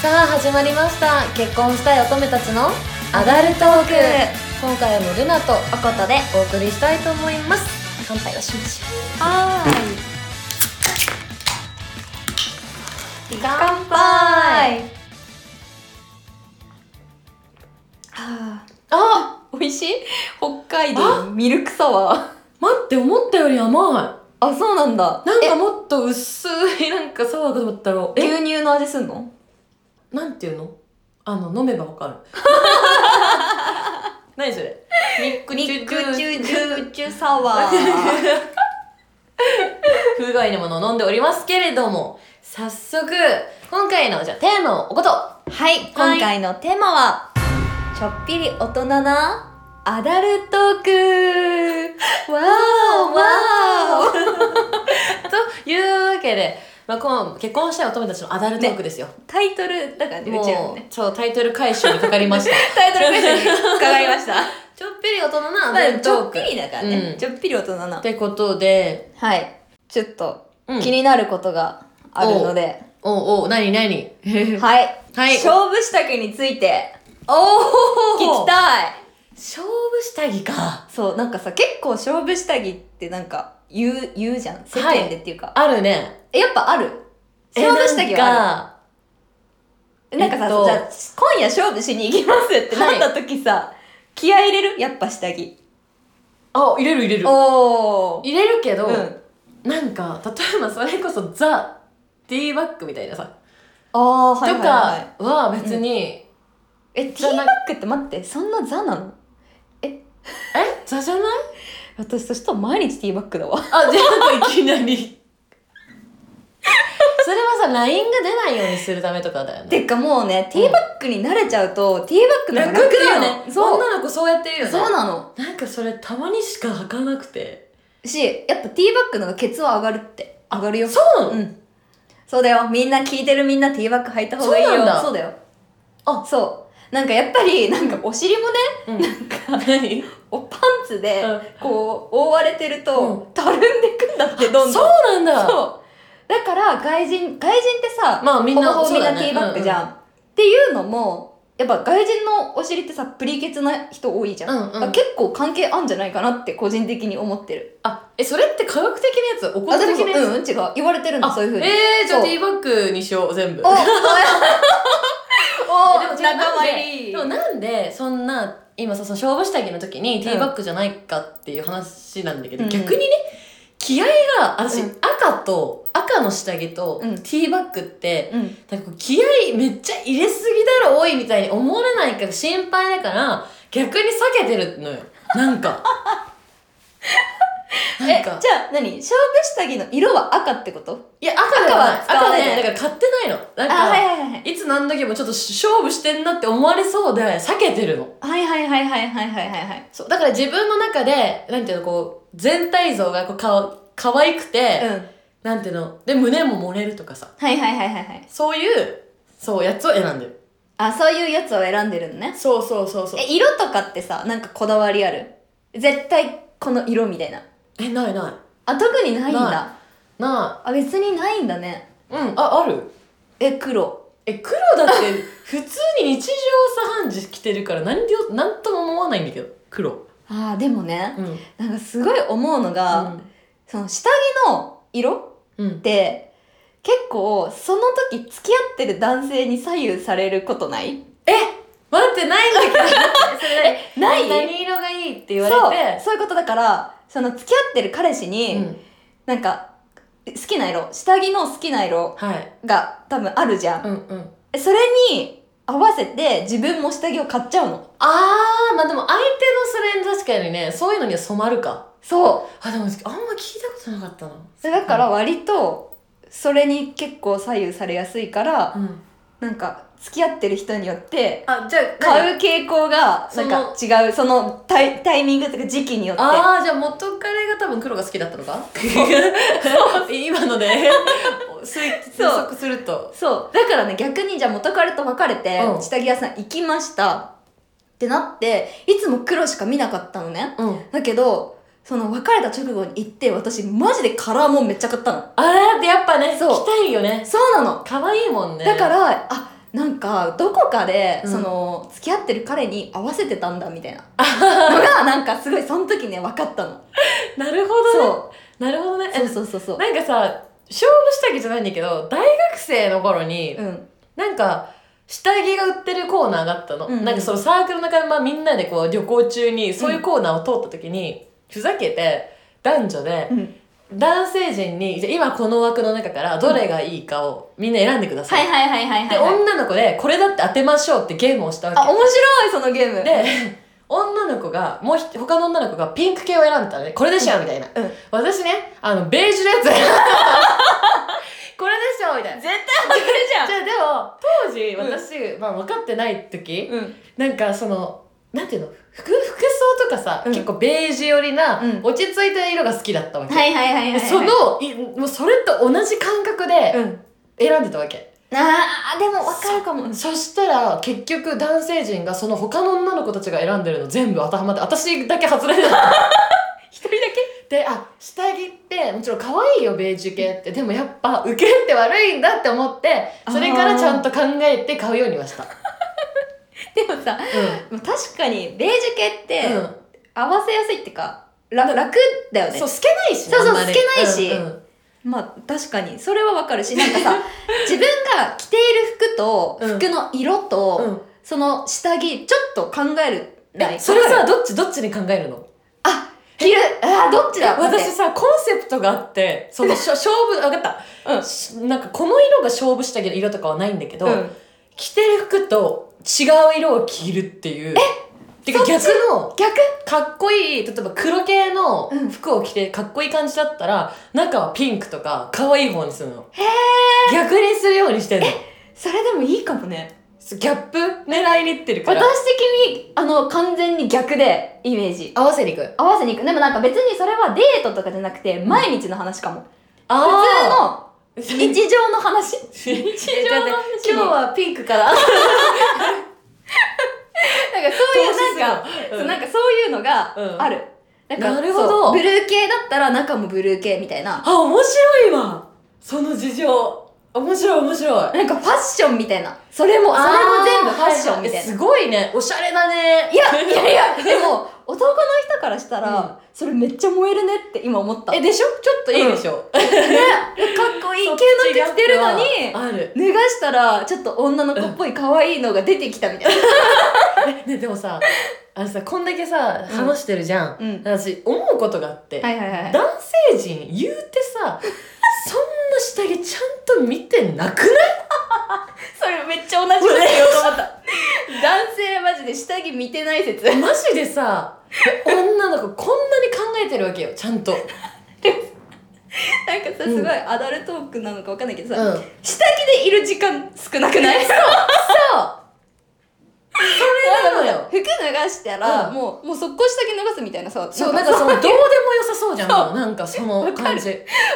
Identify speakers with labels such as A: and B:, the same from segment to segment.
A: さあ始まりました結婚したい乙女たちのアダルトーク今回もルナと
B: おことで
A: お送りしたいと思います乾杯をしましょ
B: はーい乾杯は
A: うあ
B: あ美味しい北海道ミルクサワー
A: 待って思ったより甘
B: あそうなんだ
A: いなんかもっと薄いなんかサワーだと思ったら
B: え
A: え
B: 牛乳の味すんの
A: なんていうのあの飲めばわ かる何それミック
B: ミックチ
A: ュ
B: ューチューチューサワー
A: 風害のものを飲んでおりますけれども早速今回のじゃあテーマをおこと
B: はい、今回のテーマは、ちょっぴり大人なアダルト ークわーおわーお
A: というわけで、まあ、今結婚したい乙女たちのアダルトークですよ、
B: タイトルだからね、うちらの
A: もう
B: ね。
A: そうタイトル回収にかかりました
B: タイトルクエストに伺いました。
A: ちょっぴり大人なア
B: ま
A: ダ
B: あ、
A: ル
B: ちょ
A: トー
B: っ
A: ク、
B: ぴりだからね、
A: うん
B: ちょっぴり大人な
A: っ。てことで、
B: はい、ちょっと
A: うん
B: 気になることがあるので、
A: おうおう何 何
B: はい、
A: はい
B: 勝負下着について
A: お
B: 聞き
A: た
B: たい
A: 勝負下着か
B: そう、なんかさ、結構勝負下着ってなんか言う、言うじゃん。世間でっていうか。
A: あるね
B: え、やっぱある勝負下着はあ
A: は
B: るなんかさ、
A: えっと
B: じゃあ今夜勝負しに行きますってなった時さ、気合い入れるやっぱ下着。
A: あ入れる入れる
B: おー。
A: 入れるけど、
B: うん。
A: なんか例えばそれこそザ・ティーバッグみたいなさ、
B: あー、はいはい、はい。
A: とかは別に、
B: え、テ
A: じ
B: ィ
A: ゃ
B: ー
A: な
B: バッグって待って、そんなザなの
A: えザじゃない
B: 私そしたら毎日ティーバッグだわ。
A: あじゃあいきなりそれはさ LINE が出ないようにするためとかだよね
B: てかもうね、ティーバッグに慣れちゃうと、ティーバッグの
A: 楽
B: 方が楽
A: だ
B: だ
A: よ
B: よ
A: ね
B: ね。
A: そう
B: そう。
A: 女の子そうやって言うよね
B: そうなの。
A: なんかそれたまにしか履かなくて
B: し、やっぱティーバッグの方がケツは上がるって。上がるよ。
A: そうなの、
B: うん。そうだよ。みんな聞いてるみんなティーバッグ履いた方がいいよ。
A: そうなんだ
B: だよ。あ、そう。なんかやっぱり、なんかお尻もね、
A: うん、何
B: おパンツで
A: うん、
B: こう、覆われてると
A: う、
B: たるんでくんだって、どんどん。
A: そうなんだ
B: そうだから、外人、外人ってさ、
A: まあみんな
B: ほぼほぼみんな
A: そうだね
B: ティーバッグじゃん。っていうのも、やっぱ外人のお尻ってさ、プリケツな人多いじゃん。
A: うんうん
B: だから結構関係あんじゃないかなって、個人的に思ってる。
A: あえそれって科学的なやつお
B: あ、で
A: 骨
B: も
A: 的
B: そう、
A: なやつ、
B: うん、違う。言われてるの、そういうふうに。
A: えー、じゃあ
B: そう
A: ティーバッグにしよう全部
B: おお
A: でも違う
B: 仲間
A: なん
B: 入
A: で
B: り
A: でもなんでそんな今さその勝負下着の時にティーバッグじゃないかっていう話なんだけど、
B: うん
A: 逆にね気合が私、
B: うん
A: 赤と赤の下着とテ
B: うん
A: ィーバッグって、
B: うん
A: なんかこう気合めっちゃ入れすぎだろ多いみたいに思われないか心配だから逆に避けてるのよな んかな
B: え
A: ん
B: じゃ
A: か
B: あ何勝負下着の色は赤ってこと
A: いや赤ではない
B: 赤は使わない
A: ねだから買ってないのなんか、
B: はいはいはい
A: いつ何時もちょっと勝負してんなって思われそうで避けてるの
B: はいはいはいはいはいはいはいはい
A: そう、だから自分の中で、なんていうの、こう、全体像がこうかわ、可愛く
B: う
A: て、
B: ん
A: なんていうの、で、胸も盛れるとかさ、
B: はいはいはいはいはい
A: そういう、そう、やつを選んでる。
B: あそういうやつを選んでるのね
A: そうそうそうそう。え、
B: え色とかってさなんかこだわりある絶対この色みたいな
A: ないな
B: あ特にないん
A: な
B: だ
A: い。な
B: あ別にないんだね
A: い。うん、あ、ある
B: え黒
A: え、黒だって、 普通に日常茶飯事着てるから、何でよ、なんとも思わないんだけど、黒。
B: あーでもね
A: うん。
B: なんかすごい思うのが、その下着の色
A: うん。う
B: っ
A: ん。
B: て結構その時付き合ってる男性に左右されることない
A: え待って、ないんだけど。 それ
B: ない
A: 何何色がいいって言わ
B: そう
A: れ
B: そういうことだからその付き合ってる彼氏
A: て、
B: に、
A: うん。
B: なんか好きな色下着の好きな色
A: はい。
B: が多分あるじゃん
A: う、んうん。
B: それに合わせて自分も下着を買っちゃうの
A: あー、まあでも相手のそれ確かにね、そういうのには染まるか。
B: そ
A: あ、でもあんま聞いたことなかったな。
B: うだから割とそれに結構左右されやすいから、
A: うん。
B: なんか付き合ってる人によって
A: あ、じゃあ買う。
B: 買う傾向がなんか違うそのタイタイミングとか時期によって
A: あー、じゃあ元彼が多分黒が好きだったのか 今ので、推推測すると。
B: そう。だからね、逆にじゃあ元彼と別れて、
A: うん
B: 下着屋さん行きましたってなって、いつも黒しか見なかったのね。
A: うん。
B: だけど、その別れた直後に行って、私マジでカラーもんめっちゃ買ったの。
A: あれってやっぱね、
B: そう
A: 着たいよね。
B: そうなの。
A: 可愛いもんね。
B: だか、ら、あ、なんかどこかで、
A: うん
B: その付き合ってる彼に合わせてたんだみたいなのがなんかすごいその時ね分かったの
A: なるほどね
B: そ
A: なるほどね
B: う
A: え
B: そうそうそうそう
A: なんかさ勝負したわけじゃないんだけど大学生の頃に、
B: うん
A: なんか下着が売ってるコーナーがあったの、
B: うんうん
A: なんかそのサークルの仲間みんなでこう旅行中にそういうコーナーを通った時に、ふざけて男女で
B: うん
A: 男性陣にじゃあ今この枠の中からどれがいいかをみんな選んでくださ、
B: はいいはいはいはいはい
A: で女の子でこれだって当てましょうってゲームをした
B: あ
A: わ
B: 面白いそのゲーム
A: けで女の子がもうひ他の女の子がピンク系を選んだのねこれでしょみたいな、
B: うん
A: 私ねあのベージュのや つこれでしょみたいな
B: 絶対外れじゃん
A: じゃあでも当時
B: うん
A: 私、まあ、分かってない時、
B: うん
A: なんかそのなんていうの服服装とかさ、
B: うん
A: 結構ベージュ寄りな、
B: うん
A: 落ち着いた色が好きだったわけ、
B: はいはいはいはいはい
A: そのいもうそれと同じ感覚
B: う
A: で
B: ん
A: 選んでたわけ、
B: あーでも分かるかも
A: そしたら結局男性陣がその他の女の子たちが選んでるの全部当てはまって私だけ外れ てた
B: 一人だけ
A: であ下着ってもちろん可愛いよベージュ系ってでもやっぱ受けって悪いんだって思ってそれからちゃんと考えて買うようにはした、
B: でもさもう確かにベージュ系って
A: うん、うん
B: 合わせやすいってから楽だよね
A: そう透けないしね
B: そうそう
A: あんまり
B: 透けないし
A: うんうん
B: まあ確かにそれはわかる しなんかさ自分が着ている服と
A: うん
B: 服の色と、
A: うん
B: その下着ちょっと考える
A: えそれさどっちどっちに考えるの
B: あ着るあーどっちだ
A: 私さコンセプトがあってそのしょ 勝負分かった
B: うん
A: しなんかこの色が勝負した色とかはないんだけど、
B: うん
A: 着てる服と違う色を着るっていうえてか逆の
B: 逆
A: かっこいい例えば黒系の
B: うん
A: 服を着てかっこいい感じだったら中はピンクとか可愛い方にするのへ逆にするようにしてんの
B: それでもいいかもね
A: ギャップ狙いにいってるか
B: 私
A: ら
B: 的にあの完全に逆でイメージ
A: 合わせにいく
B: 合わせに行くでもなんか別にそれはデートとかじゃなくて毎日の話かも、
A: あ
B: 普通の日常の話
A: 日
B: 日常の話
A: 今日はピンク から
B: なんかそういうなんか、
A: うん
B: そうなんかそういうのが
A: うん
B: ある、なんか
A: なるほど
B: そうブルー系だったら中もブルー系みたいな
A: あ面白いわその事情面白い面白い
B: なんかファッションみたいな。それも、それも全部ファッションみたいな。
A: すごいねおしゃれだね
B: いや、いやいや、でも、男の人からしたら、
A: うん
B: それめっちゃ燃えるねって今思った。
A: え
B: ね、
A: でしょちょっといいでしょ、う
B: かっこいい系のって着てるのに、
A: ある
B: 脱がしたら、ちょっと女の子っぽい可愛いのが出てきたみたいな。
A: ねでもさあのさこんだけさ
B: うん
A: 話してるじゃん、
B: うん
A: 私思うことがあって、
B: はいはいはい。
A: 男性陣言うてさそんな下着ちゃんと見てなくない
B: それめっちゃ同じこと言おうと思った。 男性マジで下着見てない 説。
A: マジでさ女の子こんなに考えてるわけよちゃんと、
B: なんかさ、すごいアダルトークなのかわかんないけど
A: うん、
B: さ、
A: そう
B: 下着でいる時間少なくない
A: それなのよ
B: 服脱がしたら、
A: うん
B: もう、もう速攻下着脱がすみたいなさ、
A: そう、なんかその、どうでも良さそうじゃん、
B: そう
A: もうなんかその感じ。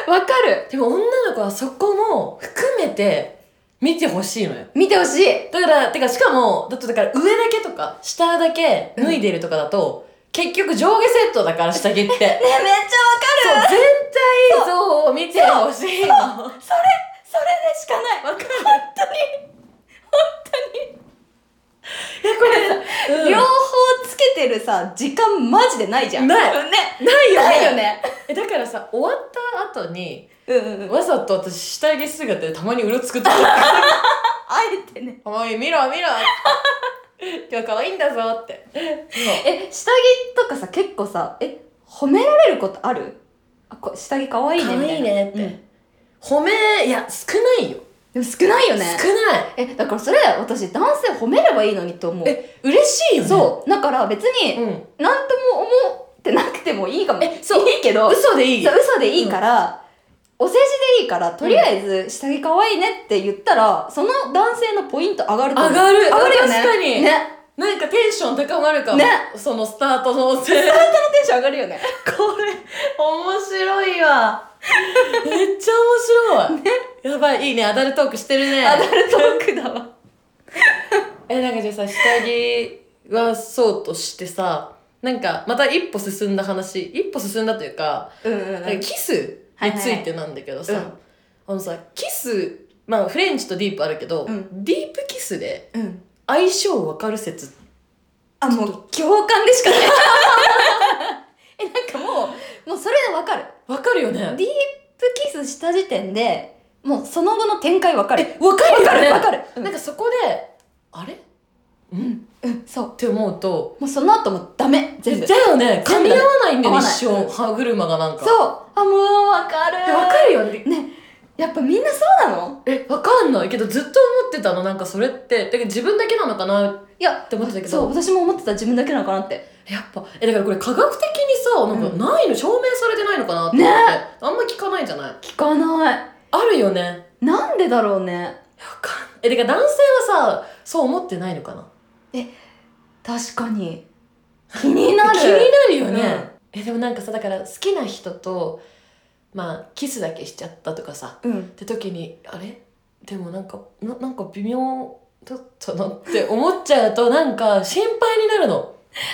B: わかる
A: でも女の子はそこも含めて見てほしいのよ。
B: 見てほしい
A: だから、てか、しかも、だってだから上だけとか、下だけ脱いでるとかだと、結局上下セットだから下着って。
B: ねめっちゃ
A: そう、
B: わかる
A: 全体像を見てほしいの。わ
B: それそれでしかない
A: かる。本当に。本当に。いや、これ、
B: 両方つけてるさ時間マジでないじゃん
A: ない
B: ね
A: ないよね
B: ないよね
A: え、だからさ、終わった後に、
B: うんうんうんあ
A: わざと私下着姿でたまにうろつくとき
B: えてね
A: おい見ろ 見ろ今日可愛いんだぞって
B: え下着とかさ結構さえ褒められることあるあこ下着かわいいねみたいな
A: 可愛いねって
B: うん
A: 褒めいや少ないよ、
B: でも少ないよね
A: 少ない
B: えだからそれ私男性褒めればいいのにと思う
A: え嬉しいよね
B: そうだから別に
A: ん
B: 何とも思ってなくてもいいかも
A: えそう
B: いいけど
A: 嘘でいい
B: そう嘘でいいから、お世辞でいいからとりあえず下着可愛いねって言ったら、その男性のポイント上がると思う
A: 上がる
B: 上がるよね
A: 確かに
B: ね
A: なんかテンション高まるかも、
B: ね
A: そのスタートの せいこ
B: そのテンション上がるよね
A: れ面白いわめっちゃ面白い、やばいいいねアダルトークしてるね
B: アダルトークだわ
A: えなんかじゃあさ下着はそうとしてさなんかまた一歩進んだ話一歩進んだというか
B: うんうんうん
A: なんかキスについてなんだけどさ、
B: はいはいはい
A: あのさキスまあフレンチとディープあるけど、
B: うん
A: ディープキススで
B: うん。
A: 相性分かる説
B: あ、もう共感でしかない。 え、なんかもう、もうそれでわかる。
A: 分かるよね
B: ディープキスした時点で、もうその後の展開わかる。
A: え分かる
B: わか
A: よね
B: るわかる。うん
A: なんかそこであれうんっ
B: うん、そう。
A: て思うと
B: もうその後もダメ、全部。
A: だよね噛
B: 全部
A: み合わないんだよ
B: 合
A: ね
B: わ
A: 一
B: ない
A: 生歯車がなんか
B: そう。あ、もうわかる。
A: えわかるよね
B: ね。やっぱみんなそうなの
A: えわかんないけどずっと思ってたのなんかそれってだけど自分だけなのかない
B: や、
A: って思ってたけど
B: そう、私も思ってた自分だけなのかなって。
A: やっぱえだからこれ科学的にさなん
B: う
A: か
B: ん
A: ないの、証明されてないのかなって思って、
B: ね
A: あんま聞かないんじゃない
B: 聞かない。
A: あるよね
B: なんでだろうね。
A: えだから男性はさそう思ってないのかな
B: 確かに。気になる。
A: 気になるよね、えでもなんかさだから好きな人とまあキスだけしちゃったとかさ
B: うん
A: っ。て時にあれでもなんかななんか微妙だったなって思っちゃうとなんか心配になるの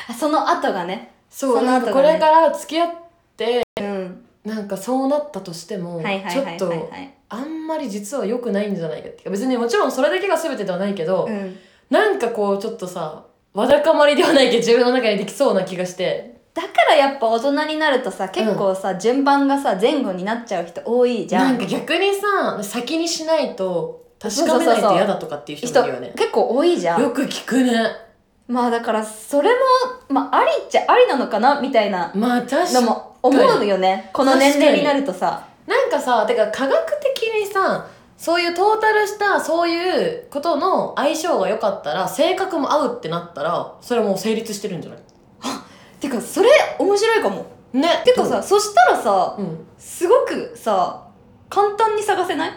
B: あその後がね。
A: そう、
B: その
A: なん
B: 後
A: か
B: がね
A: これから付き合って
B: うん。
A: なんかそうなったとしても、
B: はいはい
A: ちょ
B: はいは
A: っ
B: い、
A: と
B: はい。
A: あんまり実は良くないんじゃないかっていうか別にもちろんそれだけが全てではないけど、
B: うん。
A: なんかこうちょっとさわだかまりではないけど自分の中にできそうな気がして
B: だからやっぱ大人になるとさ、結構さ、順番がさ、前後になっちゃう人多いじゃ。
A: なんんか逆にさ先にしないと確かめないと嫌だとかっていう人
B: 人、
A: もいるよね
B: 結構多いじゃん。
A: よく聞くね
B: まあだから、それも、まあありっちゃありなのかな、みたいな
A: まあ確
B: の
A: か
B: も思うよね。この年齢になるとさ。
A: なんかさてか科学的にさそういうトータルしたそういうことの相性が良かったら性格も合うってなったらそれはもう成立してるんじゃない
B: てか、それ面白いかも。
A: ね
B: てかさ、そしたらさ、
A: うん
B: すごくさ、簡単に探せない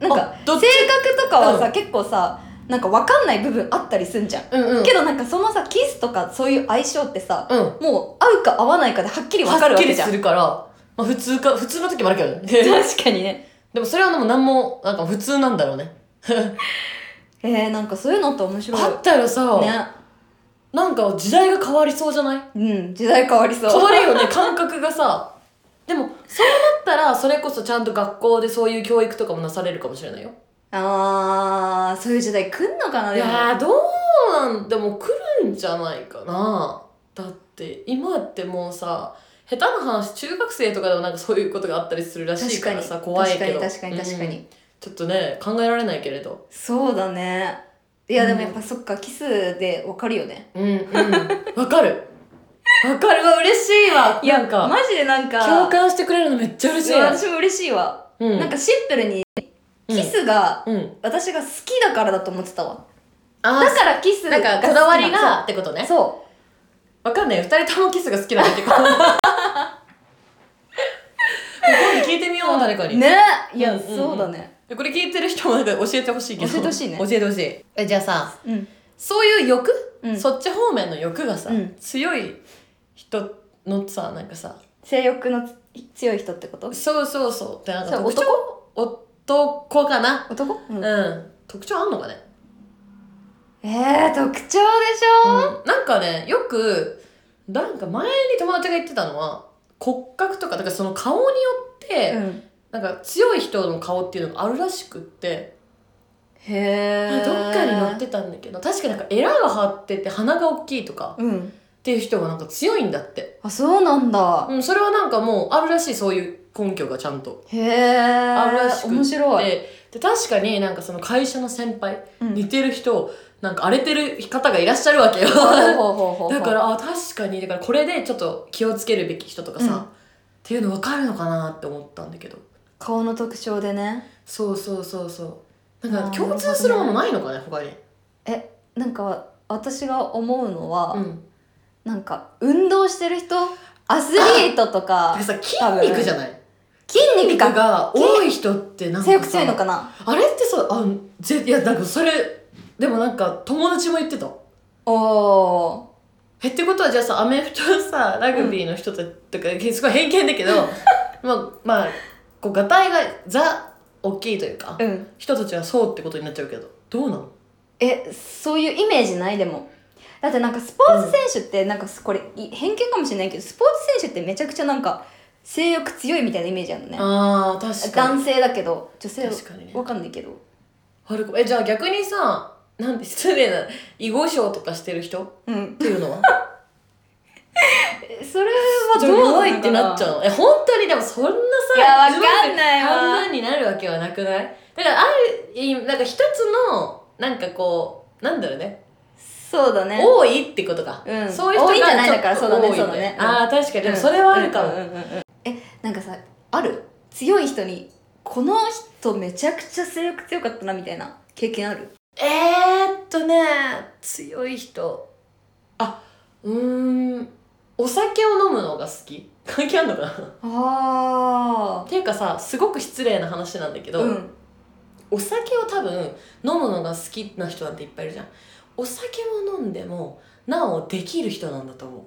B: なんか、
A: あどっち
B: 性格とかはさ、
A: う
B: 結構さなんか分かんない部分あったりすんじゃん、
A: うんうん
B: けどなんかそのさキスとかそういう相性ってさ、
A: うん
B: もう合うか合わないかではっきり分かる
A: はっ
B: わ
A: き
B: け
A: り
B: じゃん
A: するから、まあ、普通か普通の時もあるけど ね
B: 確かにね
A: でもそれはでも何もなんか普通なんだろうね
B: えー、なんかそういうのって面白い
A: あったらさ、
B: ね
A: なんか時代が変わりそうじゃない
B: うん時代変わりそう
A: 変わるよね感覚がさでもそうなったらそれこそちゃんと学校でそういう教育とかもなされるかもしれないよ
B: あーそういう時代来んのかないでも
A: やーどうなんでも来るんじゃないかなだって今ってもうさ下手な話中学生とかでもなんかそういうことがあったりするらしい
B: 確
A: か
B: からに
A: さ怖いけ
B: 確
A: ど
B: かに確かに確かに、
A: うんちょっとね考えられないけれど
B: そうだねいや
A: うん
B: でもやっぱそっかキスで分かるよね
A: うんうん。 わかる。わかるわ、嬉しいわ。
B: いや
A: なんか、
B: マジでなんか
A: 共感してくれるのめっちゃ嬉しい。
B: 私も嬉しいわ、
A: うん。
B: なんかシンプルに
A: うん
B: キスが、
A: うん。
B: 私が好きだからだと思ってたわ
A: あ
B: だからキス
A: な
B: が
A: ん
B: 好きな
A: か、
B: の
A: こだわりがってことね。
B: そ
A: わかんないよ。二人ともキスが好きなんだけど。 今度聞いてみよう、誰か
B: う
A: に。
B: ねいや、
A: うんうんうん
B: そうだね
A: これ聞いてる人もなんか教えてほしいけど。
B: 教えてほしいね
A: 教えてほしい。え、じゃあさ、
B: うん
A: そういう欲、
B: うん
A: そっち方面の欲がさ、
B: うん
A: 強い人のさ、なんかさ、
B: 性欲の強い人ってこと
A: そうそうそうってなんか
B: それ
A: 特徴男かな
B: 男、うん
A: うん、特徴あんのかね、
B: えー、特徴でしょ、
A: うん、なんかねよくなんか前に友達が言ってたのは骨格とかだからその顔によって、
B: ん、
A: なんか強い人の顔っていうのがあるらしくって、
B: へえ
A: どっかに載ってたんだけど確かなんかエラが張ってて鼻が大きいとか
B: うん
A: っていう人がなんか強いんだって、
B: あそうなんだ、
A: うん、それはなんかもうあるらしいそういう根拠がちゃんと。
B: へえ
A: あるらしくって
B: 面白い、
A: でで確かになんかその会社の先輩
B: うん
A: 似てる人なんか荒れてる方がいらっしゃる わけよ
B: ほうほうほうほうほう
A: だからあ確かにだからこれでちょっと気をつけるべき人とかさ、
B: うん
A: っていうの分かるのかなって思ったんだけど
B: 顔の特徴でね
A: そうそうそうそう
B: あ
A: なん
B: ー
A: か共通するものないのかね他に
B: なんか私が思うのは、
A: うん
B: なんか運動してる人アスリートと
A: だ
B: か
A: からさ筋肉じゃない
B: 筋
A: 筋
B: 肉
A: 肉
B: が
A: が多い人ってなんか
B: 性欲強いの
A: さ
B: かな
A: あれってさあぜいやなんかそれでもなんか友達も言ってた
B: おおー
A: えってことはじゃあさアメフトのさラグビーの人たちとか、すごい偏見だけど まあまあこうがたいがザ大きいというか、
B: うん、
A: 人たちはそうってことになっちゃうけどどうなの
B: えそういうイメージないでもだってなんかスポーツ選手ってなんかすこれい偏見かもしれないけどスポーツ選手ってめちゃくちゃなんか性欲強いみたいなイメージあるのね
A: ああ確かに
B: 男性だけど女性は
A: 確かにね
B: わかんないけど
A: あるかえじゃあ逆にさなんで失礼な囲碁将とかしてる人っ
B: うん、
A: てい うのは
B: それは
A: じゃあ
B: どう
A: 弱いってなっちゃうのえ本当にでもそんなさ
B: いやわかんないわ
A: 半分になるわけはなくないだからある意味なんか一つのなんかこうなんだろうね
B: そうだね
A: 多いってことか、
B: うん
A: そういう人が
B: 多いんじゃない
A: ちょっ
B: だ
A: と
B: からそうだね
A: 多い
B: そうだねうん
A: ああ確かにでもそれはあるかも、
B: うんうんうんうんえなんかさある強い人にこの人めちゃくちゃ性力強かったなみたいな経験ある
A: えー、っとね強い人あうーんお酒を飲むのが好き 関係あるのかなっ
B: あ
A: ていうかさすごく失礼な話なんだけど、
B: うん
A: お酒を多分飲むのが好きな人なんていっぱいいるじゃんお酒を飲んでもなおできる人なんだと思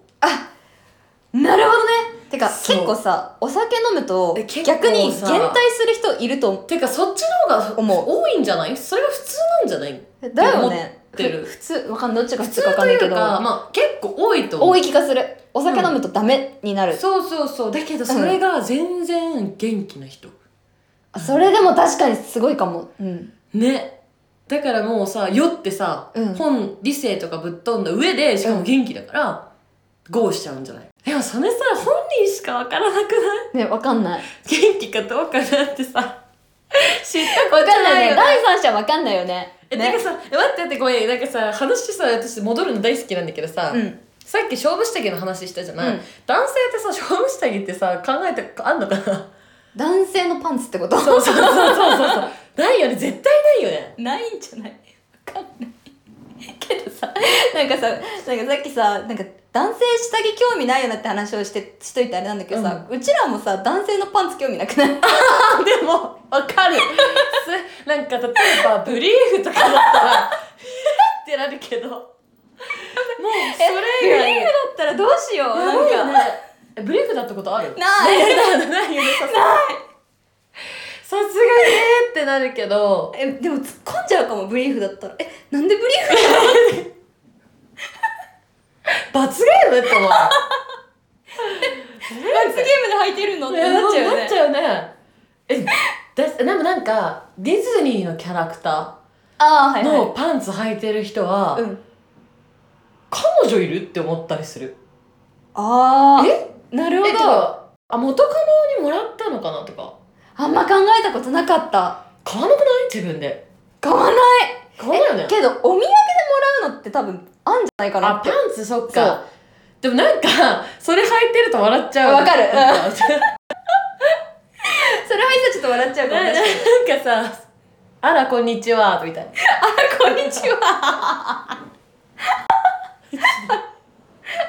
A: う
B: なるほどねてか
A: そう
B: 結構さお酒飲むと
A: え結構さ
B: 逆に減退する人いると思
A: てかそっちの方が
B: 思う
A: 多いんじゃないそれが普通なんじゃないう
B: だよね
A: 思ってる
B: ふ普通わかんないどっちが
A: 普
B: 普
A: 通
B: 通かわかん
A: と
B: ないいけ
A: う
B: ど
A: かまあ結構多いと思う
B: 多い気がするお酒飲むとダメになる、
A: そうそうそうだけどそれが全然元気な人、
B: あそれでも確かにすごいかもうん
A: ねだからもうさ酔ってさ、
B: うん
A: 本理性とかぶっ飛んだ上でしかも元気だから、ゴーしちゃうんじゃないでもそれさ本人しかわからなくな
B: ね
A: い
B: わかんない
A: 元気かどうかなってさ知ったこ
B: わ
A: と
B: かんな
A: ない
B: いね
A: よね
B: 第三者わかんないよね
A: え、て
B: ね
A: かさえ待って待ってごめんなんかさ話さ私戻るの大好きなんだけどさ、
B: うん
A: さっき勝負下着の話したじゃない、
B: うん
A: 男性ってさ勝負下着ってさ考えてあんのかな
B: 男性のパンツってこと
A: そうそうそうそうそうそう ないよね絶対ないよね
B: ないんじゃないわかんないけどさなんかさなんかさっきさなんか男性下着興味ないよなって話をしてしといてあれなんだけどさ、うちらもさ男性のパンツ興味なくないでも
A: わかるすなんか例えばブリーフとかだったらってなるけどもうそ
B: え
A: れ
B: ブリー
A: 以外
B: フだったらどうしよう
A: な
B: なんん
A: か
B: か、
A: えブリーフだったことある
B: ない
A: ないないよねさすがにさすがにねってなるけど
B: えでも突っ込んじゃうかもブリーフだったらえなんでブリーフ
A: 罰ゲームって思 う
B: 罰ゲームで履いてるのって
A: え
B: なっちゃうよ
A: な
B: ね
A: っちゃうねえだでもなんかディズニーのキャラクタ
B: ああは
A: ー
B: いは
A: のパンツ履いてる人は、
B: いうん
A: 彼女いるって思ったりする
B: ああ
A: え
B: なるほ
A: えだか
B: ど
A: らあ元カノにもらったのかなとか
B: あんま考えたことなかった
A: 買わなくない自分で
B: 買わない
A: 買わないよね
B: けどお土産でもらうのって多分あんじゃないかな
A: あ
B: って
A: パンツそっ
B: そ
A: かでもなんかそれ履いてると笑っちゃう
B: わかるうん
A: なんか
B: それはいたちょっと笑っちゃうかも
A: な
B: ね。
A: なんかさ「あらこんにちは」みたいな
B: こんにちは。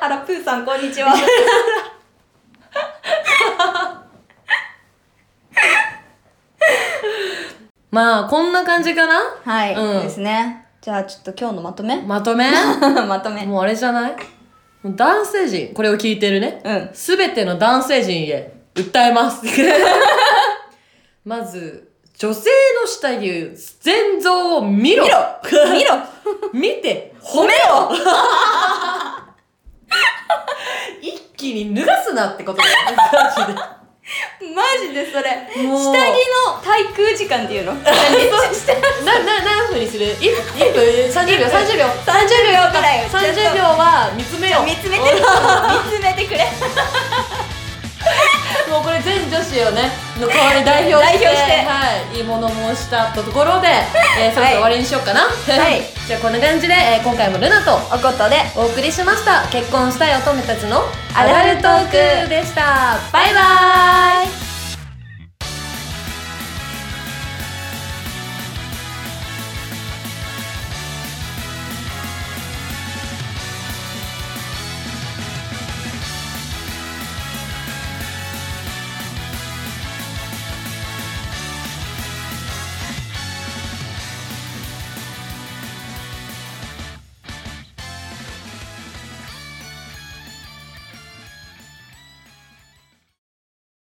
B: あら、プーさん、こんにちは。
A: まあこんな感じかな
B: はい、
A: うん
B: ですね。じゃあ、ちょっと今日のまと め。
A: まとめ
B: まとめ。
A: もうあれじゃないもう男性陣これを聞いてるね
B: うん。
A: すべての男性陣へ訴えます まず女性の下着全像を見ろ
B: 見ろ見ろ
A: 見て
B: 褒めろ
A: 一気に脱がすなってことだよね
B: マ
A: マ
B: ジでそれ。下着
A: もう
B: の滞空時間って いうの下下
A: ジでなな何分にする 1, 分30秒30
B: 30
A: 秒
B: 秒くらい。
A: 30秒は見つめよう
B: 見つめてる。見つめてくれ。
A: もうこれ全女子をねの代わり代表して
B: 代表して
A: はい、いいもの申したと ころで、えー、そろそろ終わりにしようかな
B: い
A: じゃあこんな感じで、えー今回もルナと
B: おことで。
A: お送りしました結婚したい乙女たちの
B: アダルトーク
A: でしたバイバーイ